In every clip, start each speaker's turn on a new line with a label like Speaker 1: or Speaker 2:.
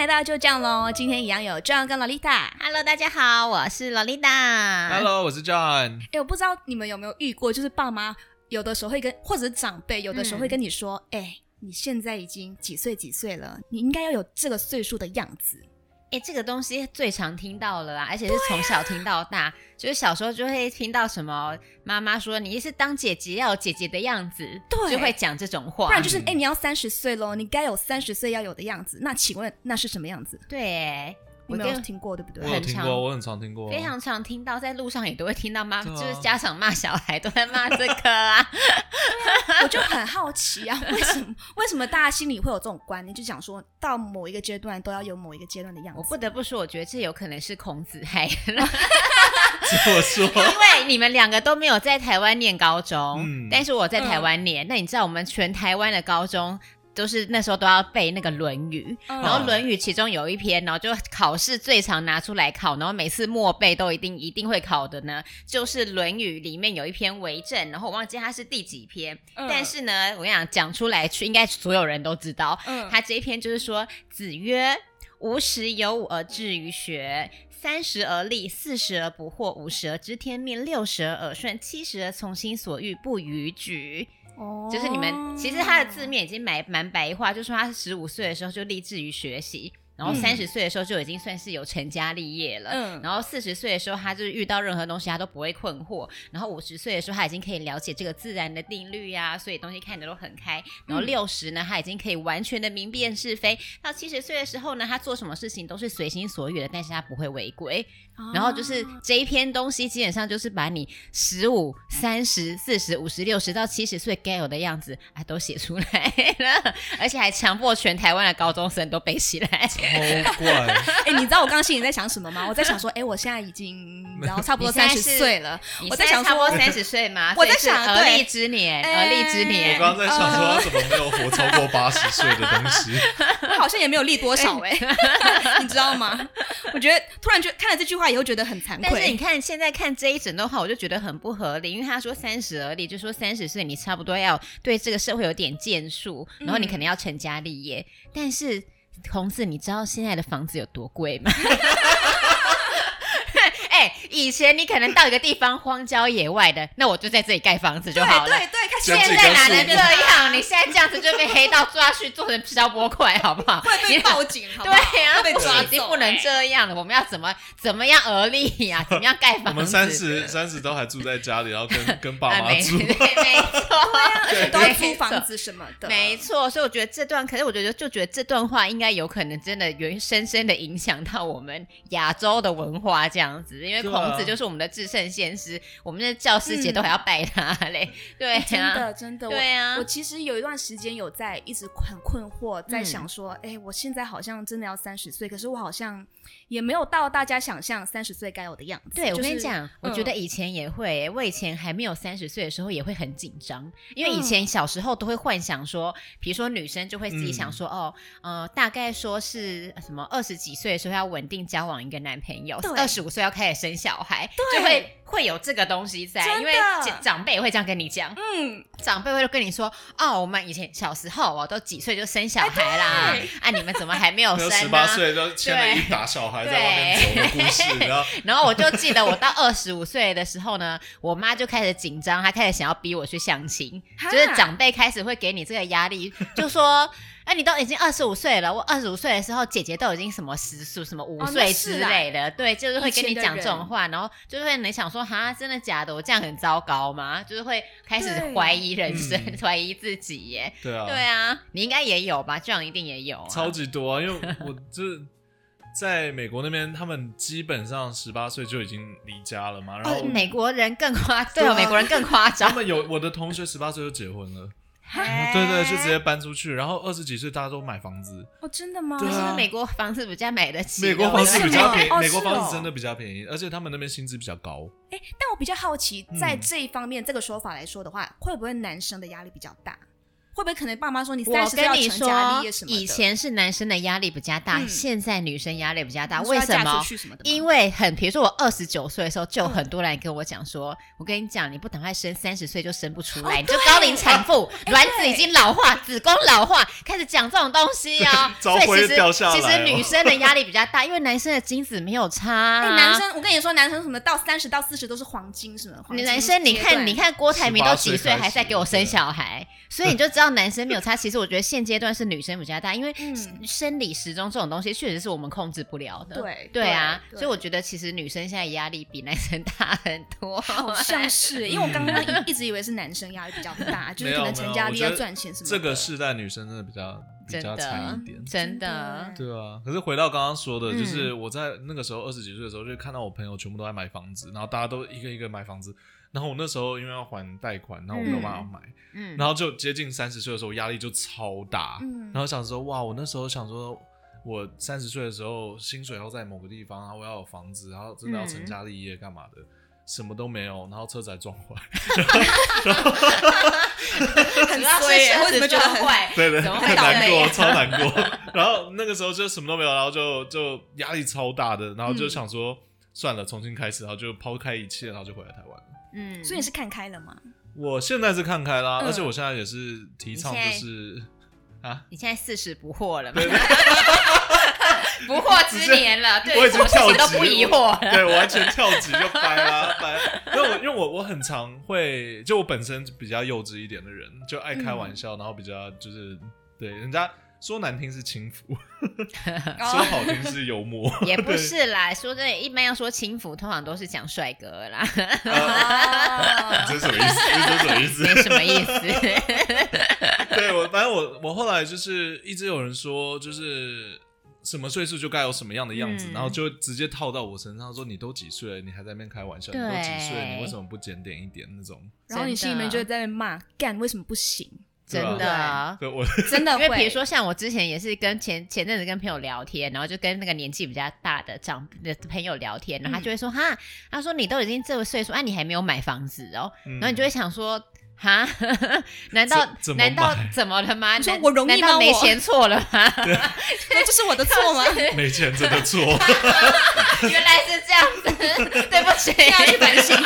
Speaker 1: 大家就这样喽。今天一样有 John 跟 Lolita。
Speaker 2: Hello，大家好，我是 Lolita。
Speaker 3: Hello，我是 John。
Speaker 1: 哎、我不知道你们有没有遇过，就是爸妈有的时候会跟，或者是长辈有的时候会跟你说，哎、你现在已经几岁几岁了，你应该要有这个岁数的样子。
Speaker 2: 哎、这个东西最常听到了啦，而且是从小听到大，就是小时候就会听到什么妈妈说你是当姐姐要有姐姐的样子，
Speaker 1: 对
Speaker 2: 就会讲这种话，
Speaker 1: 不然就是哎、你要三十岁喽，你该有三十岁要有的样子。那请问那是什么样子？
Speaker 2: 对，
Speaker 1: 你
Speaker 2: 我
Speaker 1: 没有
Speaker 2: 跟
Speaker 1: 听过对不
Speaker 3: 我
Speaker 1: 对？
Speaker 3: 有
Speaker 2: 很
Speaker 3: 听
Speaker 2: 常
Speaker 3: 过，我很常听过，
Speaker 2: 非常常听到，在路上也都会听到妈，
Speaker 3: 对啊
Speaker 2: 就是家长骂小孩都在骂这个啊，
Speaker 1: 我就很好奇 啊，为什么为什么大家心里会有这种观念，就想说到某一个阶段都要有某一个阶段的样
Speaker 2: 我
Speaker 1: 子？
Speaker 2: 不得不说，我觉得这有可能是孔子害的，
Speaker 3: 这么说。
Speaker 2: 因为你们两个都没有在台湾念高中，
Speaker 3: 嗯
Speaker 2: 但是我在台湾念。那你知道我们全台湾的高中都是那时候都要背那个《论语》
Speaker 1: 嗯
Speaker 2: 然后《论语》其中有一篇，然后就考试最常拿出来考，然后每次默背都一定一定会考的呢，就是《论语》里面有一篇为政，然后我忘记它是第几篇，
Speaker 1: 嗯
Speaker 2: 但是呢，我跟你讲讲出来去，应该所有人都知道，
Speaker 1: 嗯，
Speaker 2: 他这一篇就是说，子曰：“吾十有五而志于学，三十而立，四十而不惑，五十而知天命，六十而耳顺，七十而从心所欲不逾矩。”
Speaker 1: 哦
Speaker 2: 就是你们其实他的字面已经蛮蛮白话，就说他是十五岁的时候就立志于学习，然后
Speaker 1: 嗯
Speaker 2: 三十岁的时候就已经算是有成家立业了。
Speaker 1: 嗯
Speaker 2: 然后四十岁的时候，他就是遇到任何东西他都不会困惑。然后五十岁的时候，他已经可以了解这个自然的定律呀、所以东西看得都很开。然后
Speaker 1: 嗯
Speaker 2: 六十呢，他已经可以完全的明辨是非。到七十岁的时候呢，他做什么事情都是随心所欲的，但是他不会违规。
Speaker 1: 哦
Speaker 2: 然后就是这一篇东西，基本上就是把你十五、三十、四十、五十、六十到七十岁该有的样子啊，都写出来了，而且还强迫全台湾的高中生都背起来。
Speaker 3: 超 怪，
Speaker 1: 哎、你知道我刚刚心里在想什么吗？我在想说，哎、我现在已经然后差不多
Speaker 2: 你现
Speaker 1: 三
Speaker 2: 在
Speaker 1: 十
Speaker 2: 是
Speaker 1: 岁了，
Speaker 2: 你
Speaker 1: 我在
Speaker 2: 现
Speaker 1: 想
Speaker 2: 差不多
Speaker 1: 说
Speaker 2: 三十岁嘛，
Speaker 1: 我在
Speaker 2: 所以是
Speaker 1: 想
Speaker 2: 而
Speaker 1: 对
Speaker 2: 立之年，
Speaker 1: 哎
Speaker 2: 而立之
Speaker 3: 我
Speaker 2: 年
Speaker 3: 刚。刚在想说他怎么没有活超过八十岁的 东西。
Speaker 1: 我好像也没有立多少哎、 你知道吗？我觉得突然觉得看了这句话以后觉得很惭
Speaker 2: 但是你
Speaker 1: 愧。
Speaker 2: 看现在看这一整段话，我就觉得很不合理，因为他说三十而立，就说三十岁你差不多要对这个社会有点建树，然后你
Speaker 1: 嗯
Speaker 2: 可能要成家立业。但是孔子，你知道现在的房子有多贵吗？ 哎、以前你可能到一个地方荒郊野外的，那我就在这里盖房子就
Speaker 1: 对
Speaker 2: 好了。
Speaker 1: 对对，看
Speaker 3: 这
Speaker 1: 现
Speaker 3: 样
Speaker 2: 现在
Speaker 3: 子跟
Speaker 2: 哪
Speaker 3: 树
Speaker 2: 能
Speaker 3: 木
Speaker 2: 这样？你现在这样子就被黑道抓去做成消波块，好不好？
Speaker 1: 会
Speaker 2: 你
Speaker 1: 被报警，好不好？
Speaker 2: 对啊呀、
Speaker 1: 会被抓
Speaker 2: 已经
Speaker 1: 走
Speaker 2: 不能
Speaker 1: 哎
Speaker 2: 这样了。我们要怎么怎么样而立呀、怎么样盖房子？
Speaker 3: 我们三十三十都还住在家里，然后 跟跟爸
Speaker 2: 啊，
Speaker 3: 妈
Speaker 2: 没
Speaker 3: 住
Speaker 2: 对，没错，
Speaker 1: 而且都要租房子什么的，
Speaker 2: 没错。所以我觉得这段，可是我觉得就觉得这段话应该有可能真的原深深的影响到我们亚洲的文化这样子，因为
Speaker 3: 对啊
Speaker 2: 孔子就是我们的至圣先师，我们的教师节都还要拜他嘞。对
Speaker 1: 真
Speaker 2: 啊，
Speaker 1: 的真的，我
Speaker 2: 对啊
Speaker 1: 我，其实有一段时间有在一直很困惑，在
Speaker 2: 嗯
Speaker 1: 想说，哎、我现在好像真的要三十岁，可是我好像也没有到大家想象三十岁该有的样子。
Speaker 2: 对，
Speaker 1: 就
Speaker 2: 我跟你
Speaker 1: 是，嗯
Speaker 2: 讲，我觉得以前也会耶、我以前还没有三十岁的时候也会很紧张，因
Speaker 1: 嗯
Speaker 2: 为以前小时候都会幻想说，比如说女生就会自己
Speaker 3: 嗯
Speaker 2: 想说，哦，呃，大概说是呃什么二十几岁的时候要稳定交往一个男朋友
Speaker 1: 对，
Speaker 2: 二十五岁要开始生小孩，
Speaker 1: 对
Speaker 2: 就会会有这个东西在，
Speaker 1: 真
Speaker 2: 因为
Speaker 1: 的
Speaker 2: 长长辈也会这样跟你讲，
Speaker 1: 嗯，
Speaker 2: 长辈会跟你说，哦，我们以前小时候哦，都几岁就生
Speaker 1: 哎
Speaker 2: 小孩啦，啊，你们怎么还没有
Speaker 3: 没
Speaker 2: 生啊呢？
Speaker 3: 有十八岁就牵了一打小孩在外面走的故事，你知道？
Speaker 2: 然后我就记得我到二十五岁的时候呢，我妈就开始紧张，她开始想要逼我去相亲，
Speaker 1: 哈
Speaker 2: 就是长辈开始会给你这个压力，就说。 哎、你都已经二十五岁了，我二十五岁的时候，姐姐都已经什么十岁、什么五
Speaker 1: 哦那
Speaker 2: 岁
Speaker 1: 是
Speaker 2: 之
Speaker 1: 啦
Speaker 2: 类的，对，就是会跟你
Speaker 1: 以前的
Speaker 2: 讲这种
Speaker 1: 人
Speaker 2: 话，然后就会你想说，哈，真的假的？我这样很糟糕吗？就是会开始
Speaker 1: 对
Speaker 2: 怀疑人生
Speaker 3: 嗯，
Speaker 2: 怀、疑自己耶。
Speaker 3: 对啊，
Speaker 2: 对啊，你应该也有吧？这样一定也有、啊，
Speaker 3: 超级多啊！因为我就是在美国那边，他们基本上十八岁就已经离家了嘛，然
Speaker 2: 哦
Speaker 3: 后，
Speaker 2: 美国人更夸，对
Speaker 3: 对啊
Speaker 2: 哦，美国人更夸
Speaker 3: 他
Speaker 2: 张。
Speaker 3: 们有我的同学十八岁就结婚了，
Speaker 1: 哈
Speaker 2: 哎
Speaker 3: 对对，就直接搬出去，然后二十几岁大家都买房子，
Speaker 1: 哦，真的吗？
Speaker 3: 对
Speaker 2: 是
Speaker 3: 啊
Speaker 2: 不是美国房子比较买得起，
Speaker 3: 美国房子比较便
Speaker 1: 哦是哦
Speaker 3: 宜，美国房子真的比较便宜，而且他们那边薪资比较高。
Speaker 1: 但我比较好奇，在
Speaker 3: 嗯
Speaker 1: 这一方面、这个说法来说的话，会不会男生的压力比较大？会不会可能爸妈说你三
Speaker 2: 我
Speaker 1: 十岁
Speaker 2: 跟
Speaker 1: 要
Speaker 2: 你
Speaker 1: 成家
Speaker 2: 说
Speaker 1: 立业什，么的，
Speaker 2: 以前是男生的压力比较大，
Speaker 1: 嗯
Speaker 2: 现在女生压力比较大，
Speaker 1: 你说
Speaker 2: 啊为
Speaker 1: 要
Speaker 2: 什
Speaker 1: 嫁
Speaker 2: 么
Speaker 1: 出？去什么的吗，嗯
Speaker 2: 因为很，比如说我二十九岁的时候，就有很多人跟我讲说，我跟你讲，你不赶快生，三十岁就生不出来，
Speaker 1: 哦
Speaker 2: 你就高龄产 妇，
Speaker 1: 对
Speaker 2: 卵子已经老化，子宫老化，开始讲这种东西
Speaker 3: 。
Speaker 2: 啊
Speaker 3: 早
Speaker 2: 所以
Speaker 3: 回
Speaker 2: 其实
Speaker 3: 掉下来
Speaker 2: 其实
Speaker 3: 哦
Speaker 2: 女生的压力比较大，因为男生的精子没有差、啊
Speaker 1: 哎男。生，我跟你说，男生什么到三十到四十都是黄金，什么黄
Speaker 2: 你
Speaker 1: 金
Speaker 2: 男生，你
Speaker 1: 阶
Speaker 2: 看，
Speaker 1: 段
Speaker 2: 你，看郭台铭都几
Speaker 3: 18岁
Speaker 2: 岁
Speaker 3: 开始
Speaker 2: 还在给我生小孩，所以你就知道男生没有差。其实我觉得现阶段是女生比较大，因为
Speaker 1: 嗯
Speaker 2: 生理时钟这种东西确实是我们控制不了的。
Speaker 1: 对
Speaker 2: 对啊，
Speaker 1: 对
Speaker 2: 所以我觉得其实女生现在压力比男生大很多。欸
Speaker 1: 好像是，因为我刚刚一一直以为是男生压力比较 大，就是
Speaker 3: 没
Speaker 1: 可
Speaker 3: 有
Speaker 1: 能成家立
Speaker 3: 没有我觉
Speaker 1: 业
Speaker 3: 得
Speaker 1: 赚钱什么的。
Speaker 3: 这个世代女生真的比较比
Speaker 2: 真
Speaker 3: 较
Speaker 2: 的
Speaker 3: 惨 一 点。
Speaker 2: 真的，
Speaker 3: 对啊，可是回到刚刚说的，
Speaker 2: 嗯
Speaker 3: 就是我在那个时候二十几岁的时候，就看到我朋友全部都在买房子，然后大家都一个一个买房子，然后我那时候因为要还贷款，然后我没有办法买，
Speaker 2: 嗯，
Speaker 3: 然后就接近三十岁的时候压力就超大，
Speaker 1: 嗯
Speaker 3: 然后想说哇，我那时候想说，我三十岁的时候薪水要在某个地方，然啊后我要有房子，然后真的要成家立业干嘛的，什么都没有，然后车子还撞 坏，
Speaker 2: 主要
Speaker 1: 衰耶
Speaker 2: 是
Speaker 1: 为什么觉得很
Speaker 2: 坏？
Speaker 3: 对对，
Speaker 2: 怎么
Speaker 3: 很
Speaker 2: 会倒
Speaker 3: 难
Speaker 2: 霉
Speaker 3: 过，
Speaker 2: 啊
Speaker 3: 超难过。然后那个时候就什么都没有，然后就就压力超大的，然后
Speaker 2: 嗯
Speaker 3: 就想说、算了，重新开始，然后就抛开一切，然后就回来台湾。
Speaker 2: 嗯，
Speaker 1: 所以你是看开了 吗？
Speaker 3: 我现在是看开啦，
Speaker 1: 嗯
Speaker 3: 而且我现在也是提倡
Speaker 2: 你
Speaker 3: 就
Speaker 2: 现在
Speaker 3: 是啊，
Speaker 2: 你现在四十不惑了嘛
Speaker 3: 对？
Speaker 2: 不惑之年了，
Speaker 3: 我
Speaker 2: 对，什
Speaker 3: 已经
Speaker 2: 么事情
Speaker 3: 跳
Speaker 2: 都
Speaker 3: 级
Speaker 2: 不疑惑 了。
Speaker 3: 对我完全跳级就掰啦掰。因为我因为我我很常会，就我本身比较幼稚一点的人，就爱开玩笑，然后比较就是对人家说难听是 轻浮，说
Speaker 1: 哦
Speaker 3: 好听是幽默，
Speaker 2: 也不
Speaker 3: 对
Speaker 2: 是啦，说真的，一般要说轻浮，通常都是讲帅哥啦，
Speaker 1: 哦
Speaker 3: 这是什么意思？这是什么意思
Speaker 2: 没？什么意 思。
Speaker 3: 对我，反正我我后来就是一直有人说，就是什么岁数就该有什么样的样子，
Speaker 2: 嗯
Speaker 3: 然后就直接套到我身上，说你都几岁了，你还在那边开玩笑，你
Speaker 2: 对
Speaker 3: 都几岁了，你为什么不检点一点那种？
Speaker 1: 然后你心里面就会在那边骂，干为什么不 行？
Speaker 3: 对啊
Speaker 2: 真的，
Speaker 3: 对我
Speaker 1: 真的
Speaker 2: 因为
Speaker 1: 会，
Speaker 2: 比如说像我之前也是跟前前阵子跟朋友聊天，然后就跟那个年纪比较大的长的朋友聊天，然后他就会说、
Speaker 1: 嗯
Speaker 2: 哈，他说你都已经这个岁数，啊你还没有买房子哦，
Speaker 3: 嗯
Speaker 2: 然后你就会想说。哈？难道
Speaker 3: 怎怎么买
Speaker 2: 难道怎么了吗？
Speaker 1: 你说
Speaker 2: 难
Speaker 1: 我容易吗
Speaker 2: 难道没
Speaker 1: 我
Speaker 2: 钱错了吗？
Speaker 1: 那这是我的错吗？
Speaker 3: 没钱真的错，
Speaker 2: 原来是这样子，对不起，要去反省。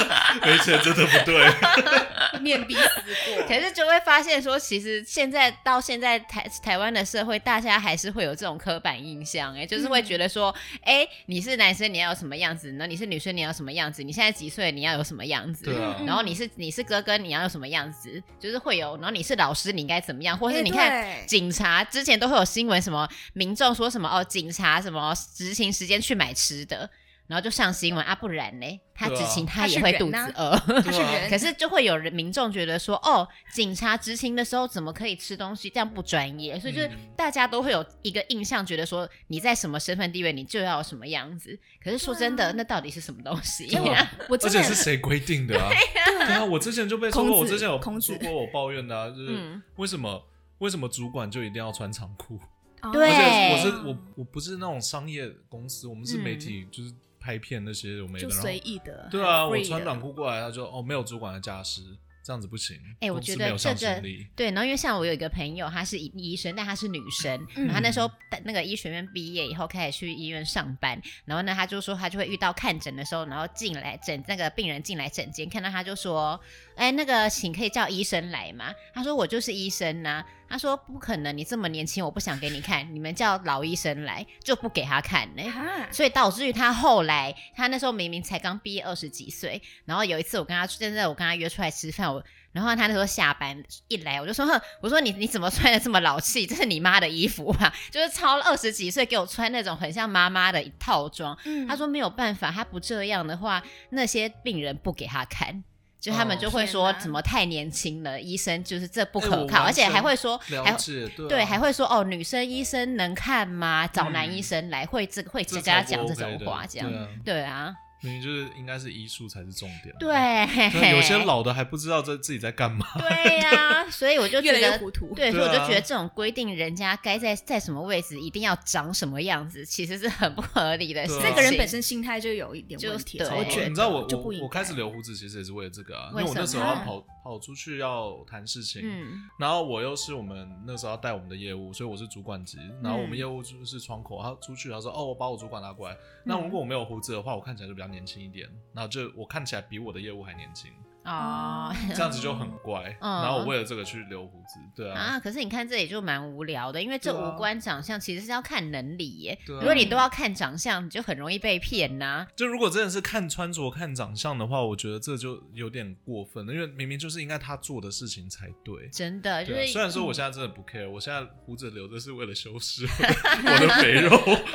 Speaker 3: 没钱真的不 对。
Speaker 1: 面壁思 过。
Speaker 2: 可是就会发现说，其实现在到现在台台湾的社会，大家还是会有这种刻板印象、哎，就是会觉得说，
Speaker 1: 嗯
Speaker 2: 哎、你是男生你要有什么样子，那你是女生你要有什么样子，你现在几岁你要有什么样子，
Speaker 3: 对啊
Speaker 2: 然后你是你是哥哥你要有什么样子，就是会有，然后你是老师你应该怎么样，或是
Speaker 1: 哎
Speaker 2: 你看。
Speaker 1: 对
Speaker 2: 警察之前都会有新闻，什么民众说什么哦，警察什么执勤时间去买吃的，然后就上新闻啊，不然嘞，他
Speaker 3: 对啊
Speaker 2: 执勤
Speaker 1: 他
Speaker 2: 他
Speaker 1: 是
Speaker 2: 也会
Speaker 1: 人
Speaker 2: 肚
Speaker 1: 呐
Speaker 2: 子饿，
Speaker 3: 啊
Speaker 1: 他是人，
Speaker 2: 可是就会有人民众觉得说，哦，警察执勤的时候怎么可以吃东西，这样不专业。所以就是
Speaker 3: 嗯
Speaker 2: 大家都会有一个印象，觉得说你在什么身份地位，你就要有什么样子。可是说真的，
Speaker 1: 对啊
Speaker 2: 那到底是什么东西
Speaker 1: 所以我
Speaker 2: 呀、
Speaker 1: 我
Speaker 3: 啊而
Speaker 1: 真
Speaker 3: 且
Speaker 1: 的
Speaker 3: 是谁规定的啊？对啊，我之前就被说
Speaker 1: 孔子
Speaker 3: 过，我之前有
Speaker 1: 孔子
Speaker 3: 说过我抱怨的啊，就是
Speaker 2: 嗯
Speaker 3: 为什么为什么主管就一定要穿长裤？
Speaker 1: 哦
Speaker 2: 对
Speaker 3: 而且
Speaker 2: 对
Speaker 3: 我是我我不是那种商业公司，我们是媒
Speaker 2: 嗯
Speaker 3: 体，就是拍片那些有没的，
Speaker 1: 就
Speaker 3: 然
Speaker 1: 随
Speaker 3: 后
Speaker 1: 意的，
Speaker 3: 对啊，
Speaker 1: 很 free
Speaker 3: 我
Speaker 1: 的
Speaker 3: 穿短裤过来，他就哦没有主管的加湿，这样子不行。
Speaker 2: 哎我
Speaker 3: 公司
Speaker 2: 觉得
Speaker 3: 没有上
Speaker 2: 这个
Speaker 3: 行力
Speaker 2: 对，然后因为像我有一个朋友，她是医医生，但她是女生，
Speaker 1: 嗯
Speaker 2: 然后她那时候那个医学院毕业以后开始去医院上班，然后呢，她就说她就会遇到看诊的时候，然后进来诊那个病人进来诊间，看到她就说，哎，那个请可以叫医生来吗？她说我就是医生呐、她说不可能，你这么年轻，我不想给你看，你们叫老医生来就不给她看呢、
Speaker 1: 啊，
Speaker 2: 所以导致于他后来，他那时候明明才刚毕业二十几岁，然后有一次我跟他，真的我跟他约出来吃饭，我然后他那时候下班一来，我就说，哼， 我说你你怎么穿的这么老气？这是你妈的衣服吧？就是超二十几岁给我穿那种很像妈妈的一套装。
Speaker 1: 嗯
Speaker 2: 他说没有办法，他不这样的话，那些病人不给他看。就他们
Speaker 3: 哦
Speaker 2: 就会
Speaker 1: 天
Speaker 2: 说
Speaker 1: 哪
Speaker 2: 怎么太年轻了，医生就是这不
Speaker 3: 哎
Speaker 2: 可
Speaker 3: 我
Speaker 2: 靠，
Speaker 3: 完
Speaker 2: 而且还
Speaker 3: 全
Speaker 2: 会说还
Speaker 3: 了解，对啊嗯
Speaker 2: 对，还会说哦，女生医生能看吗？找男医生来，会这个会
Speaker 3: 这
Speaker 2: 跟他
Speaker 3: 超
Speaker 2: 讲
Speaker 3: 不
Speaker 2: 这
Speaker 3: OK
Speaker 2: 种
Speaker 3: 的
Speaker 2: 话，这样
Speaker 3: 对啊
Speaker 2: 对啊，
Speaker 3: 明明就是应该是医术才是重点。
Speaker 2: 对，
Speaker 3: 对， 有些老的还不知道在自己在干嘛。
Speaker 2: 对呀、所以我就觉
Speaker 1: 越来越
Speaker 2: 得
Speaker 1: 糊涂。
Speaker 2: 对，
Speaker 3: 对
Speaker 2: 所以我就觉得
Speaker 3: 啊
Speaker 2: 这种规定，人家该在在什么位置，一定要长什么样子，其实是很不合理的事
Speaker 3: 对
Speaker 2: 情。
Speaker 3: 啊
Speaker 1: 这个人本身心态就有一点问题
Speaker 2: 就
Speaker 1: 了，
Speaker 2: 对
Speaker 1: 我
Speaker 3: 我
Speaker 1: 觉得
Speaker 3: 哦你知道我
Speaker 1: 就不
Speaker 3: 我
Speaker 1: 应该
Speaker 3: 我开始留胡子其实也是为了这个啊，因
Speaker 2: 为
Speaker 3: 为我
Speaker 2: 什
Speaker 3: 那时候要
Speaker 2: 么
Speaker 3: 跑跑出去要谈事情，
Speaker 2: 嗯，
Speaker 3: 然后我又是我们那时候要带我们的业务，所以我是主管级。然后我
Speaker 2: 嗯
Speaker 3: 们业务就是窗口，他出去他说：“哦，我把我主管拉过来。”那
Speaker 2: 嗯
Speaker 3: 如果我没有胡子的话，我看起来就比较年轻一点，然后就我看起来比我的业务还年轻，
Speaker 2: 哦。
Speaker 3: 这样子就 很怪。
Speaker 2: 嗯
Speaker 3: 然后我为了这个去留胡子，对啊，
Speaker 2: 啊！可是你看这里就蛮无聊的，因为这
Speaker 3: 对啊
Speaker 2: 无关长相，其实是要看能力耶。
Speaker 3: 对啊
Speaker 2: 如果你都要看长相，你就很容易被骗呐、
Speaker 3: 就如果真的是看穿着、看长相的话，我觉得这就有点过分了，因为明明就是应该他做的事情才对。
Speaker 2: 真的，就
Speaker 3: 对啊
Speaker 2: 是、
Speaker 3: 虽然说我
Speaker 1: 嗯
Speaker 3: 现在真的不 care，我现在胡子留着是为了修饰 我的肥肉，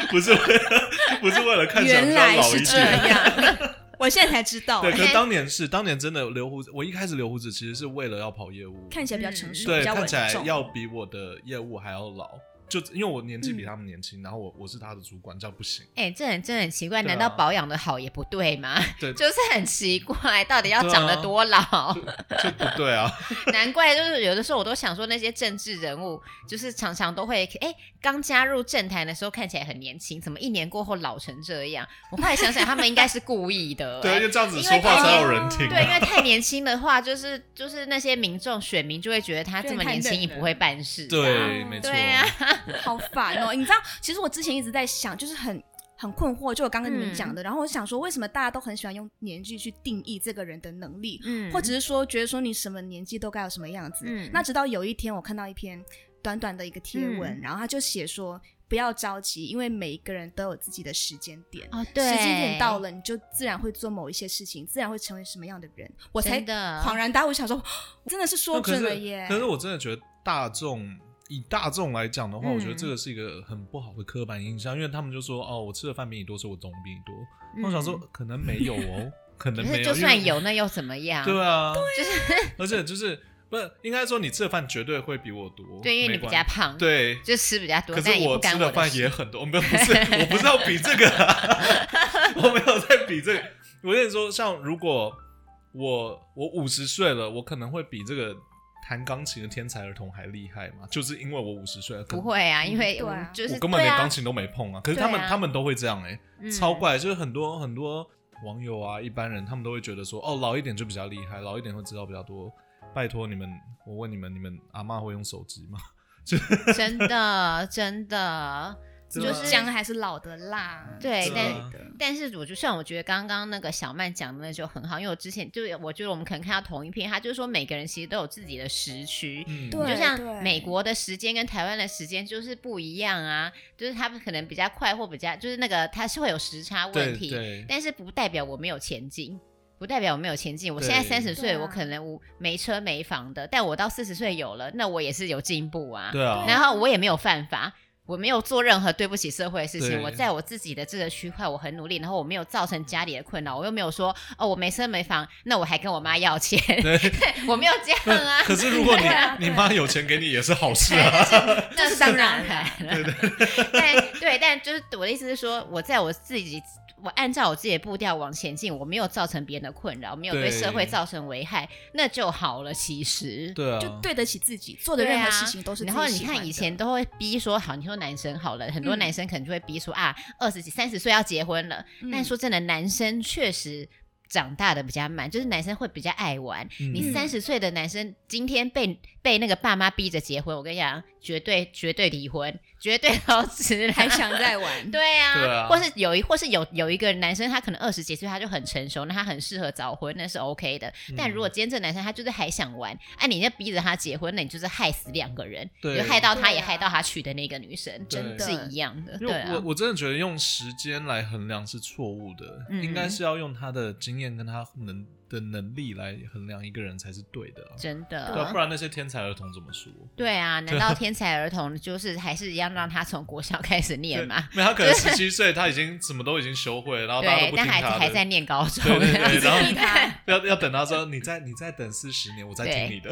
Speaker 3: 不是为了不是为了看起来比
Speaker 1: 原
Speaker 3: 较
Speaker 1: 来
Speaker 3: 老一
Speaker 1: 是这
Speaker 3: 点。
Speaker 1: 样， 我现在才知道
Speaker 3: 对，，可
Speaker 2: 哎
Speaker 3: 是当年是当年真的留胡子，我一开始留胡子其实是为了要跑业务，
Speaker 1: 看起来比较成熟，
Speaker 3: 对
Speaker 1: 比较
Speaker 3: 看
Speaker 1: 稳
Speaker 3: 起来
Speaker 1: 重。
Speaker 3: 要比我的业务还要老，就因为我年
Speaker 1: 嗯
Speaker 3: 纪比他们年轻，然后我我是他的主管，这样不行。
Speaker 2: 哎、这很真的很奇怪，
Speaker 3: 对啊
Speaker 2: 难道保养的好也不对吗？
Speaker 3: 对
Speaker 2: 就是很奇怪，到底要
Speaker 3: 对啊
Speaker 2: 长得多老？
Speaker 3: 就就不对 啊，
Speaker 2: 难怪就是有的时候我都想说，那些政治人物就是常常都会，哎、刚加入政坛的时候看起来很年轻，怎么一年过后老成这样？我后来想想，他们应该是故意的、
Speaker 3: 对，啊
Speaker 2: 哎
Speaker 3: 因为这样子
Speaker 2: 因
Speaker 3: 说
Speaker 2: 为
Speaker 3: 话
Speaker 2: 太
Speaker 3: 才
Speaker 2: 年
Speaker 3: 有人听、
Speaker 2: 对，因
Speaker 3: 啊。
Speaker 2: 为太年轻的话，就是就是那些民众选民就会觉得他这么年轻也不会办事、啊。
Speaker 3: 对，没错。
Speaker 2: 对啊，
Speaker 1: 好烦哦！你知道，其实我之前一直在想，就是很很困惑，就我刚跟你们
Speaker 2: 嗯
Speaker 1: 讲的，然后我想说，为什么大家都很喜欢用年纪去定义这个人的能力，
Speaker 2: 嗯
Speaker 1: 或者是说觉得说你什么年纪都该有什么样子？
Speaker 2: 嗯
Speaker 1: 那直到有一天，我看到一篇短短的一个贴文，然后他就写说。不要着急，因为每一个人都有自己的时间点。
Speaker 2: 哦，对，
Speaker 1: 时间点到，了，你就自然会做某一些事情，自然会成为什么样的人。我才
Speaker 2: 真的
Speaker 1: 恍然大悟，想说，真的是说
Speaker 3: 那可
Speaker 1: 准
Speaker 3: 是
Speaker 1: 了耶。
Speaker 3: 可是我真的觉得大众。以大众来讲的话，
Speaker 2: 嗯
Speaker 3: 我觉得这个是一个很不好的刻板印象，因为他们就说哦，我吃的饭比你多，所以我懂比你多。那我想说，可能没有哦，可
Speaker 2: 嗯
Speaker 3: 能
Speaker 2: 可
Speaker 3: 没
Speaker 2: 是
Speaker 3: 有，
Speaker 2: 就
Speaker 3: 因为
Speaker 2: 算有那又怎么样？
Speaker 3: 对啊，就是， 而且就是不是应该说你吃的饭绝对会比我多，
Speaker 2: 对，因为你
Speaker 3: 没
Speaker 2: 比
Speaker 3: 关
Speaker 2: 较胖，，
Speaker 3: 对。
Speaker 2: 就吃比较多，
Speaker 3: 可是
Speaker 2: 但也不干
Speaker 3: 吃
Speaker 2: 我
Speaker 3: 的饭
Speaker 2: 事
Speaker 3: 也很多，我没 有不是，我不是要比这个、啊， 我没有在比这个。我跟你说，像如果我我五十岁了，我可能会比这个弹钢琴的天才儿童还厉害嘛，就是因为我五十岁了，可
Speaker 2: 不，会啊，因为
Speaker 1: 对
Speaker 2: 我
Speaker 1: 啊
Speaker 2: 们就是
Speaker 3: 我根本连
Speaker 2: 对啊
Speaker 3: 钢琴都没碰啊。可是他们、
Speaker 2: 对啊
Speaker 3: 他们都会这样哎、
Speaker 2: 嗯
Speaker 3: 超怪，就是很多很多网友啊，一般人他们都会觉得说，哦，老一点就比较厉害，老一点会知道比较多。拜托你们，我问你们，你们阿嬷会用手机吗？
Speaker 2: 真的真的。
Speaker 3: 对
Speaker 1: 就
Speaker 3: 啊
Speaker 1: 是姜还是老的辣，
Speaker 2: 对
Speaker 1: 之
Speaker 2: 但
Speaker 1: 类的
Speaker 2: 但是我就像我觉得刚刚那个小曼讲的那就很好，因为我之前就我觉得我们可能看到同一篇，他就是说每个人其实都有自己的时区，
Speaker 3: 嗯，
Speaker 1: 对
Speaker 2: 就
Speaker 1: 对
Speaker 2: 像美国的时间跟台湾的时间就是不一样啊，就是他们可能比较快或比较就是那个它是会有时差问
Speaker 3: 对
Speaker 2: 题，
Speaker 3: 对，
Speaker 2: 但是不代表我没有前进，不代表我没有前进。我现在
Speaker 3: 对
Speaker 2: 三十岁，
Speaker 1: 对啊
Speaker 2: 我可能无没车没房的，但我到四十岁有了，那我也是有进步啊。
Speaker 3: 对啊，
Speaker 2: 然后我也没有犯法，我没有做任何对不起社会的事情。
Speaker 3: 对
Speaker 2: 我在我自己的这个区块，我很努力，然后我没有造成家里的困扰，我又没有说哦，我没车没房，那我还跟我妈要钱，
Speaker 3: 对。
Speaker 2: 我没有这样啊。
Speaker 3: 可是如果你、
Speaker 1: 对啊对
Speaker 3: 你妈有钱给你也是好事啊，
Speaker 2: 那
Speaker 1: 是当然
Speaker 2: 然了， 但对，但就是我的意思是说，我在我自己，我按照我自己的步调往前进，我没有造成别人的困扰，没有对
Speaker 3: 对
Speaker 2: 社会造成危害，那就好了。其实，
Speaker 3: 对啊，
Speaker 1: 就对得起自己，做的任何事情都是自
Speaker 2: 啊然
Speaker 1: 己
Speaker 2: 后你
Speaker 1: 喜欢
Speaker 2: 看
Speaker 1: 的
Speaker 2: 以前都会逼说，好，你说男生好了，很多男生可能就会逼说、啊，二十几、三十岁要结婚了。
Speaker 1: 嗯
Speaker 2: 但说真的，男生确实。长大的比较慢，就是男生会比较爱玩。
Speaker 3: 嗯
Speaker 2: 你三十岁的男生今天被被那个爸妈逼着结婚，我跟你讲，绝对绝对离婚，绝对都吃
Speaker 1: 嗯还想再玩，
Speaker 2: 对啊，
Speaker 3: 对啊
Speaker 2: 或是有一或是有有一个男生，他可能二十几岁，他就很成熟，那他很适合早婚，那是 OK 的。但
Speaker 3: 嗯
Speaker 2: 如果今天这个男生他就是还想玩，哎、你要逼着他结婚，那你就是害死两个人，
Speaker 3: 对
Speaker 2: 你就害到他，
Speaker 1: 对啊
Speaker 2: 也害到他娶的那个女生，
Speaker 3: 对
Speaker 1: 真的
Speaker 2: 是一样的。
Speaker 3: 因
Speaker 2: 对
Speaker 3: 为我
Speaker 2: 啊，
Speaker 3: 我真的觉得用时间来衡量是错误的，
Speaker 2: 嗯
Speaker 3: 应该是要用他的经验跟他能的能力来衡量一个人才是对的啊、
Speaker 2: 真
Speaker 3: 对啊，不
Speaker 2: 的。
Speaker 3: 然那些天才儿童怎么说？
Speaker 2: 对啊，难 道天才儿童就是还是一样让他从国小开始念吗？
Speaker 3: 没有，他可能十七岁，他已经什么都已经学会了，然后大家都
Speaker 2: 对
Speaker 3: 不，听
Speaker 2: 但还
Speaker 3: 他的。
Speaker 2: 还在念高中。
Speaker 3: 对对对，然
Speaker 1: 逼
Speaker 3: 后
Speaker 1: 他
Speaker 3: 要要等他说你再你再等四十年，我再听你的。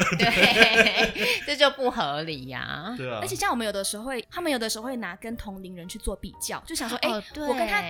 Speaker 2: 对这就不合理呀、
Speaker 3: 对啊，
Speaker 1: 而且像我们有的时候会，他们有的时候会拿跟同龄人去做比较，就想说，哎、
Speaker 2: 哦对
Speaker 1: 我跟他